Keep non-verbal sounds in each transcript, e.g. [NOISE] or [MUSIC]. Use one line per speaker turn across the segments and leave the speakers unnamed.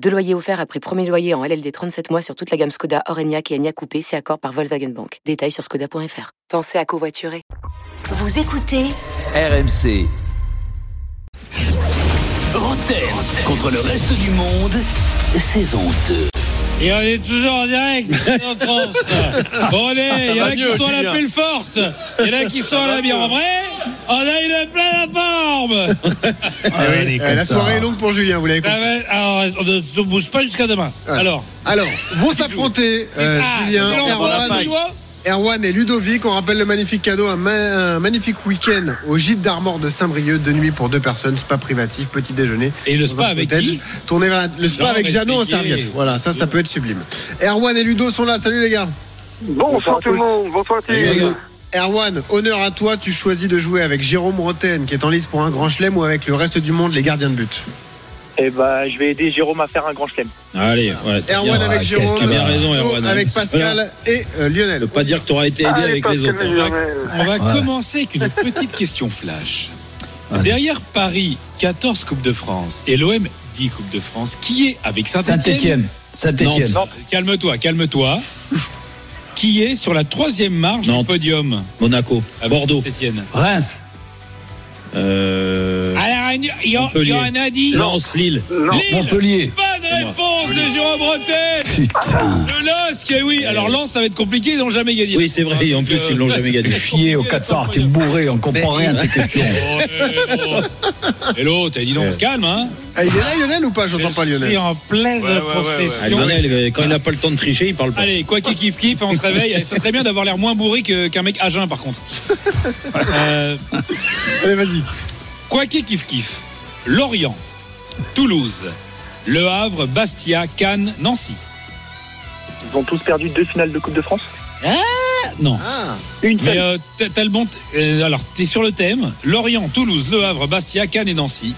Deux loyers offerts après premier loyer en LLD 37 mois sur toute la gamme Skoda, Orenia et Enya Coupé, si accord par Volkswagen Bank. Détails sur skoda.fr. Pensez à covoiturer.
Vous écoutez
RMC. Rotten contre le reste du monde, saison 2.
Et on est toujours en direct en France. Bon, allez, il y en a qui sont à la pelle forte. Il y en a qui sont à la bière. En vrai, on a une plein la forme.
Ah oui, euh, la soirée est longue pour Julien, vous l'avez compris.
Ah ouais, Alors, on ne se bouge pas jusqu'à demain. Alors.
Alors, vont s'affronter euh,
Ah,
Julien,
quel endroit,
Erwan,
Benoît
Erwan et Ludovic. On rappelle le magnifique cadeau, un, ma- un magnifique week-end au gîte d'Armor de Saint-Brieuc, de nuit pour deux personnes, spa privatif, petit déjeuner.
Et le
dans
spa
un
avec
cottage.
qui
Tourner vers la- Le spa
Non,
avec
mais
Jeannot en
essayez.
serviette. Voilà, ça, ça peut être sublime. Erwan et Ludo sont là, salut les gars.
Bonsoir tout le monde, bonsoir tout
Salut, les
le
gars.
monde.
Erwan, honneur à toi, tu choisis de jouer avec Jérôme Roten qui est en lice pour un grand chelem ou avec le reste du monde, les gardiens de but.
Eh ben, je vais aider Jérôme à faire un grand chelem.
Allez, ouais. c'est bien.
Erwan
Ah,
avec
Qu'est-ce que
Jérôme,
tu as bien raison, Erwan.
avec Pascal et euh, Lionel.
Ne pas dire que tu auras été aidé
Allez,
avec les
Pascal
autres. hein.
et Lionel.
On va
Ouais.
commencer avec une petite question flash.
Allez.
Derrière Paris, 14 Coupes de France et l'OM 10 Coupes de France, qui est avec Saint-Etienne
Saint-Étienne. Saint-Étienne.
Non, calme-toi, calme-toi. qui est sur la troisième marche
Nantes.
du podium Ah,
Monaco,
avec
Bordeaux.
Saint-Étienne.
Reims.
Euh,
À la Réunion, Ah, il y en- il y en a dit.
Lens, Lille.
Lille.
Montpellier.
Bonne réponse de Jérôme Rotel
Putain.
Le LOSC, eh oui. Alors Lens, ça va être compliqué, ils n'ont jamais gagné.
Oui, c'est vrai, et en
Donc,
plus,
euh,
ils l'ont jamais
T'es
gagné.
chier au 400, t'es bourré, on comprend rien à tes questions.
Hello,
[LAUGHS]
Hello, t'as dit non, on se calme, hein
Ah, il est là Lionel ou pas J'entends pas
Je suis
Lionel.
en pleine
Ah,
profession.
Lionel, euh, quand il n'a pas le temps de tricher, il parle pas.
Allez, quoi qu'il kiffe kiffe, on se réveille. Ça serait bien d'avoir l'air moins bourré que- qu'un mec à jeun, par contre. Euh,
Allez vas-y.
quoi qu'il kiffe kiffe, Lorient, Toulouse, Le Havre, Bastia, Cannes, Nancy.
Ils ont tous perdu deux finales de Coupe de France.
Non.
Ah,
Une
Mais
seule.
euh, t'as- t'as le bon. t- euh, alors, t'es sur le thème. Lorient, Toulouse, Le Havre, Bastia, Cannes et Nancy.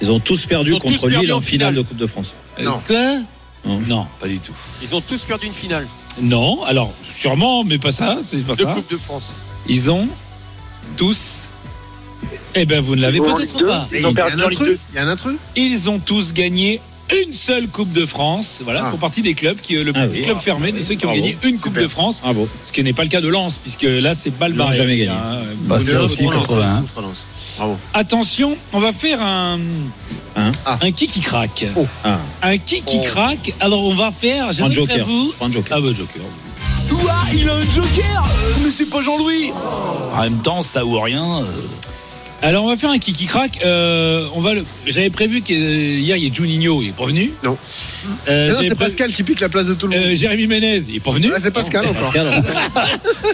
Ils ont tous perdu
Ils ont tous
contre
perdu
Lille
en
en finale
finale.
de Coupe de France.
Euh,
Non.
Quoi
Non.
Non, pas du tout.
Ils ont tous perdu une finale
Non, alors, sûrement, mais pas ça, c'est pas
de
ça.
Coupe de France.
Ils ont tous. Eh ben, vous ne l'avez
Ils ont en
peut-être
Ligue deux.
pas.
mais
Ils ont
il y a
perdu
un
en Ligue
intrus.
2.
Il y a un intrus
Ils ont tous gagné une seule Coupe de France. Voilà, ils
Ah.
font partie des clubs qui, euh, le
Ah
petit
oui.
club fermé de ceux qui ont
Bravo.
gagné une Coupe
Super.
de France,
Bravo.
ce qui n'est pas le cas de Lens, puisque là, c'est pas le
Ils l'ont
barème.
jamais gagné.
Hein.
Bah, c'est
Lionel,
aussi
contre Lens,
81.
contre Lens. Bravo.
Attention, on va faire un.
Hein
Ah.
Un qui qui craque.
Ah,
Un qui qui
Oh.
craque. Alors, on va faire. J'ai
prends Joker.
vous.
Prends Joker.
Ah, bah, Joker. il a un Joker Mais c'est pas Jean-Louis En même temps, ça ou rien.
euh.
Alors, on va faire un qui qui craque. Euh, on va le... J'avais prévu qu'hier, il y ait Juninho, il est pas venu. Euh,
Non. Mais Ah non,
j'avais prévu-
c'est Pascal qui pique la place de tout le monde.
Euh, Jérémy Menez, il est pas venu.
Là, c'est Pascal encore.
Pascal.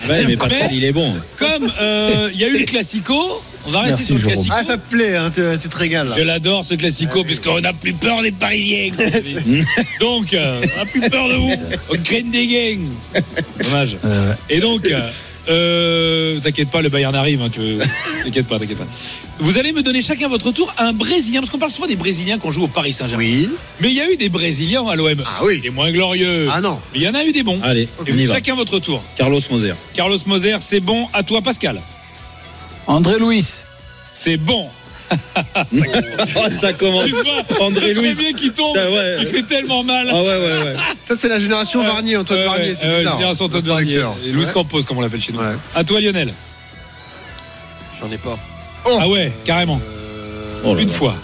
ouais, mais Pascal, il est bon.
Comme euh, il y a eu le Classico, on va rester
Merci,
sur le
Jérôme.
Classico.
Ah, ça te plaît, hein, tu, tu te régales. là.
Je l'adore ce
Ah
classico puisqu'on n'a plus peur des Parisiens.
[LAUGHS]
comme vous dites. [LAUGHS] donc, euh, on n'a plus peur de vous. On craigne des gangs. Dommage.
Euh,
Et donc, euh, euh, t'inquiète pas, le Bayern arrive. hein, tu veux- T'inquiète pas, t'inquiète pas. Vous allez me donner chacun à votre tour un Brésilien parce qu'on parle souvent des Brésiliens qu'on joue au Paris Saint-Germain.
Oui.
Mais il y a eu des Brésiliens à l'OM.
Ah oui.
Les moins glorieux.
Ah non.
Mais il y en a eu des bons.
Allez, on y
Et
va.
chacun votre tour.
Carlos Moser.
Carlos Moser, c'est bon. À toi, Pascal.
André Louis.
C'est bon.
Oh, ça commence.
Tu vois,
André
le
Louis.
premier qui tombe,
Ah ouais.
il fait tellement mal.
Ah ouais, ouais, ouais.
Ça, c'est la génération Varnier, Antoine
Euh,
Varnier,
ouais,
c'est
euh,
plus tard.
génération Antoine
Le
Varnier.
directeur.
Et Luis
Ouais.
Campos, comme on l'appelle chez nous.
Ouais.
À toi, Lionel.
J'en ai pas.
Ah ouais, carrément.
Oh là
Une
là.
fois.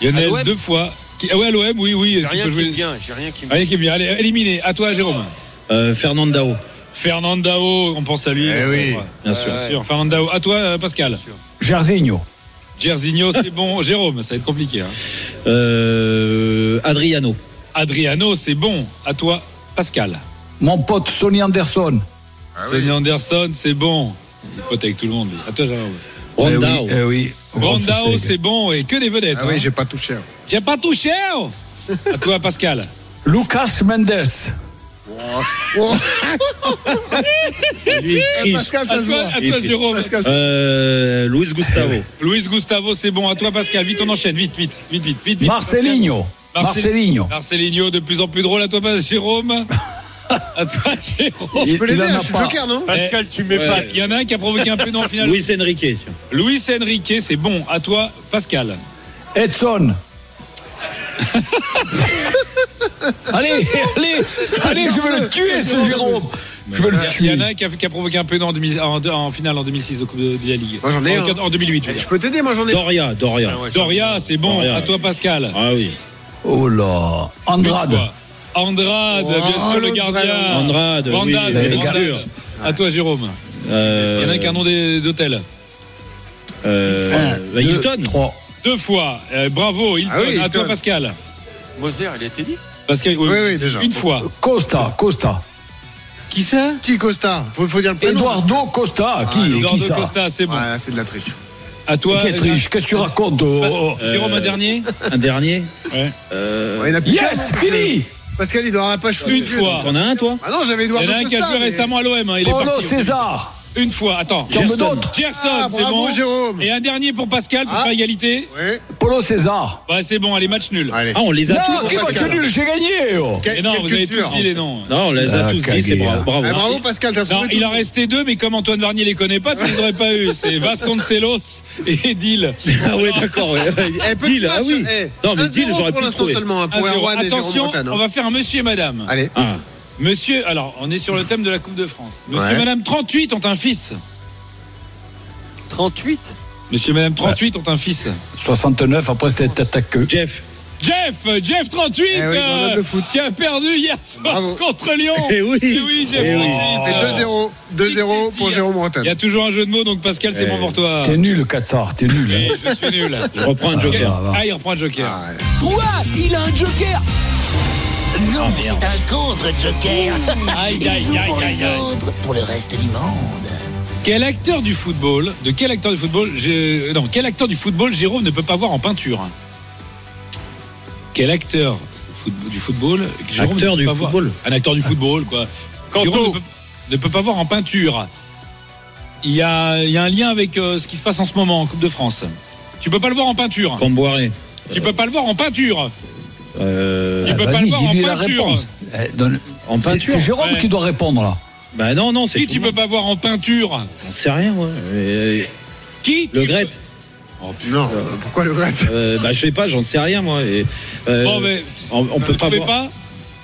Lionel,
À l'OM?
deux fois. Qui- Ah ouais, à l'OM, oui, oui.
J'ai
s'il
rien
peut
qui
jouer-
me vient, j'ai rien qui me
Rien qui me vient. Allez, éliminé. À toi, Jérôme.
Euh, Fernandao,
Fernandao, on pense à lui.
Eh oui.
bien sûr.
Bien sûr. Fernandao. À toi, euh, Pascal.
Jairzinho.
Gersigno, c'est bon. [LAUGHS] Jérôme, ça va être compliqué. hein.
Euh, Adriano.
Adriano, c'est bon. À toi, Pascal.
Ah
Mon pote Sonny Anderson.
Sonny Anderson, c'est bon. Il pote avec tout le monde. lui. À toi, Jérôme.
Brandao.
Eh oui, eh oui. Au Grand
Brandao,
Fuseg.
c'est bon. Et que des vedettes.
Ah
hein.
oui, j'ai pas touché.
J'ai pas touché. hein. À toi, Pascal.
Lucas Mendes.
Oh,
Lui, Chris.
Eh, Pascal,
À
[LAUGHS] ça se
toi,
voit.
à toi, Jérôme.
Pascal, ça-
Euh, Luis Gustavo.
Luis Gustavo, c'est bon. À toi, Pascal. Vite, on enchaîne. Vite, vite, vite, vite, vite. vite.
Marcelinho. Marcelinho.
Marcelinho, de plus en plus drôle. À toi, pas- Jérôme. À toi, Jérôme.
Je peux
Il
l'aider,
en a
hein, je suis
pas.
joker, non
Pascal, tu mets pas.
Il y en a un qui a provoqué un péno en finale.
Luis Enrique. tiens.
Luis Enrique, c'est bon. À toi, Pascal.
Ah,
[LAUGHS]
Edson. allez, allez, allez, je vais le tuer ce Jérôme. Je vais le
Il y
tuer.
en a un qui a, qui a provoqué un péno en, demi- en, en finale en 2006 de Coupe de, de la Ligue.
Moi, j'en ai
en,
un.
en 2008, je veux
Eh, Je
dire. Ah
peux t'aider, moi j'en ai.
Doria, Doria.
Doria, c'est bon.
Doria.
À toi, Pascal.
Ah oui.
Oh là,
Une
Andrade.
fois. Andrade,
Oh,
bien sûr, le
l'autre
gardien.
Valence.
Andrade, oui,
Vandade,
bien
Vandade.
sûr.
À toi, Jérôme. Il y en a un qui a un nom des- d'hôtel.
Euh, bah, Hilton.
3.
Deux fois. Euh, bravo, Hilton.
Ah oui,
À toi,
Hilton.
Pascal.
Moser, il a été dit
Pascal,
Oui, oui, déjà.
Une fois.
Costa, Costa.
Qui ça
Qui Costa faut, faut dire le prénom.
Eduardo Costa. Qui, qui
Ah, Eduardo
ça
Costa, c'est bon.
Ouais, c'est de la triche.
À toi.
Quelle triche, qu'est-ce que tu racontes oh, oh, oh.
Euh, Jérôme, un dernier.
Un dernier.
Ouais.
Euh,
Ouais, il a plus qu'un,
Yes,
non, parce que-
fini
Pascal, il doit avoir la page
Une fois.
T'en as un, toi
Ah non, j'avais
Il
Eduardo
y en a un qui a
Costa,
joué
mais-
récemment à l'OM. hein, il est
Oh
Paulo
parti.
César.
Une fois. Attends.
Comme
Gerson.
d'autres.
Gerson,
Ah,
c'est
bravo,
bon.
Jérôme.
Et un dernier pour Pascal pour
Ah.
faire égalité.
Ouais.
Paulo César.
Bah, c'est bon, allez, match nul.
Allez.
Ah, on les a
Non,
tous.
qui
Pascal.
match nul, j'ai gagné. oh.
Quelle-
Et non,
quelle
vous avez tous
culture.
dit les noms.
Non, on les a
Ah,
tous dit,
cagé,
c'est bravo.
hein.
bravo.
Eh, bravo Pascal, t'as
Non,
trouvé.
il
tout.
en restait deux, mais comme Antoine Varnier les connaît pas, tu les aurais pas eu. C'est Vasconcelos et Dil.
Ah ouais, d'accord. ouais.
Eh, petit
Deal, ah
match,
oui.
eh,
Non, mais Deal,
1-0
j'aurais
pour
pu le
l'instant
trouver.
seulement hein, pour Erwan et Jérôme
Ah, Attention,
Bretagne, hein.
on va faire un monsieur et madame.
Allez,
Ah,
Monsieur, alors, on est sur le thème de la Coupe de France. Monsieur et
Ouais.
madame 38 ont un fils.
38
Monsieur et madame 38 ont un fils.
69, après c'était attaque que.
Jeff.
Jeff, Jeff 38,
Eh oui, Grenoble le foot.
qui a perdu hier soir
Bravo.
contre Lyon.
Eh oui.
Eh oui, Jeff
Eh oui.
38.
c'est 2-0. 2-0 pour Jérôme
Il y
Bretagne.
a toujours un jeu de mots, donc Pascal, c'est
Eh.
bon pour toi.
T'es nul, Katsar, t'es nul.
Eh,
hein.
Je suis nul.
[LAUGHS] Je reprends un joker.
va.
Ah, il reprend le Joker.
Ah, ouais.
Quoi Il a un joker Non, c'est un contre-joker.
Ah, Aïe, aïe,
Il joue
aïe,
pour
aïe,
les
aïe.
autres, pour le reste du monde.
Quel acteur du football, de quel acteur du football, j'ai- euh, non, quel acteur du football Jérôme ne peut pas voir en peinture Quel acteur foot- du football que Jérôme
Acteur
ne peut
du
pas voir-
football.
Un acteur du football, quoi. Jérôme ne peut, ne peut pas voir en peinture. Il y a, il y a un lien avec euh, ce qui se passe en ce moment en Coupe de France. Tu peux pas le voir en peinture.
Camboiré.
Tu peux pas le voir en peinture.
Euh,
Il peut pas
Bah, Eh, Vas-y,
le voir en
dis-lui la
peinture.
réponse. Eh, donne-
en
C'est
peinture.
c'est Jérôme
Ouais.
qui doit répondre là.
Bah non, non, c'est.
Qui tu
tout le
peux pas voir en peinture
monde. J'en sais rien, ouais. Euh,
Qui
Le
tu
Gret.
Non, pourquoi le Gret
Euh, bah je sais pas, j'en sais rien moi. Et,
peux-
euh,
Bon, mais,
on, on
vous
peut pas
trouvez
voir.
pas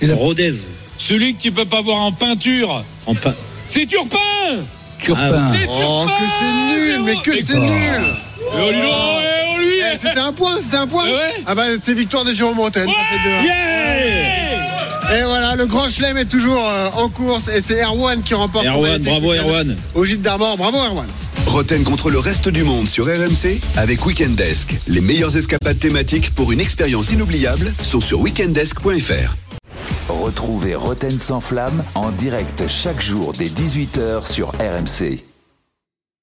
Il a-
Rodez.
Celui que tu peux pas voir en peinture,
En pein-
c'est Turpin
Turpin.
C'est
Oh,
Turpin,
que c'est nul, mais que c'est
Victoire.
nul
Et on lui doit- et on lui-
Eh, C'était un point, c'était un point
Eh ouais.
Ah bah c'est victoire de Jérôme Bretagne, ça fait deux, hein.
Yeah
Et voilà, le grand chelem est toujours euh, en course et c'est Erwan qui remporte.
Erwan, bravo Erwan.
Au gîte d'Armor, bravo Erwan.
Roten contre le reste du monde sur RMC avec Weekendesk. Les meilleures escapades thématiques pour une expérience inoubliable sont sur weekendesk.fr.
Retrouvez Roten sans flamme en direct chaque jour dès 18h sur RMC.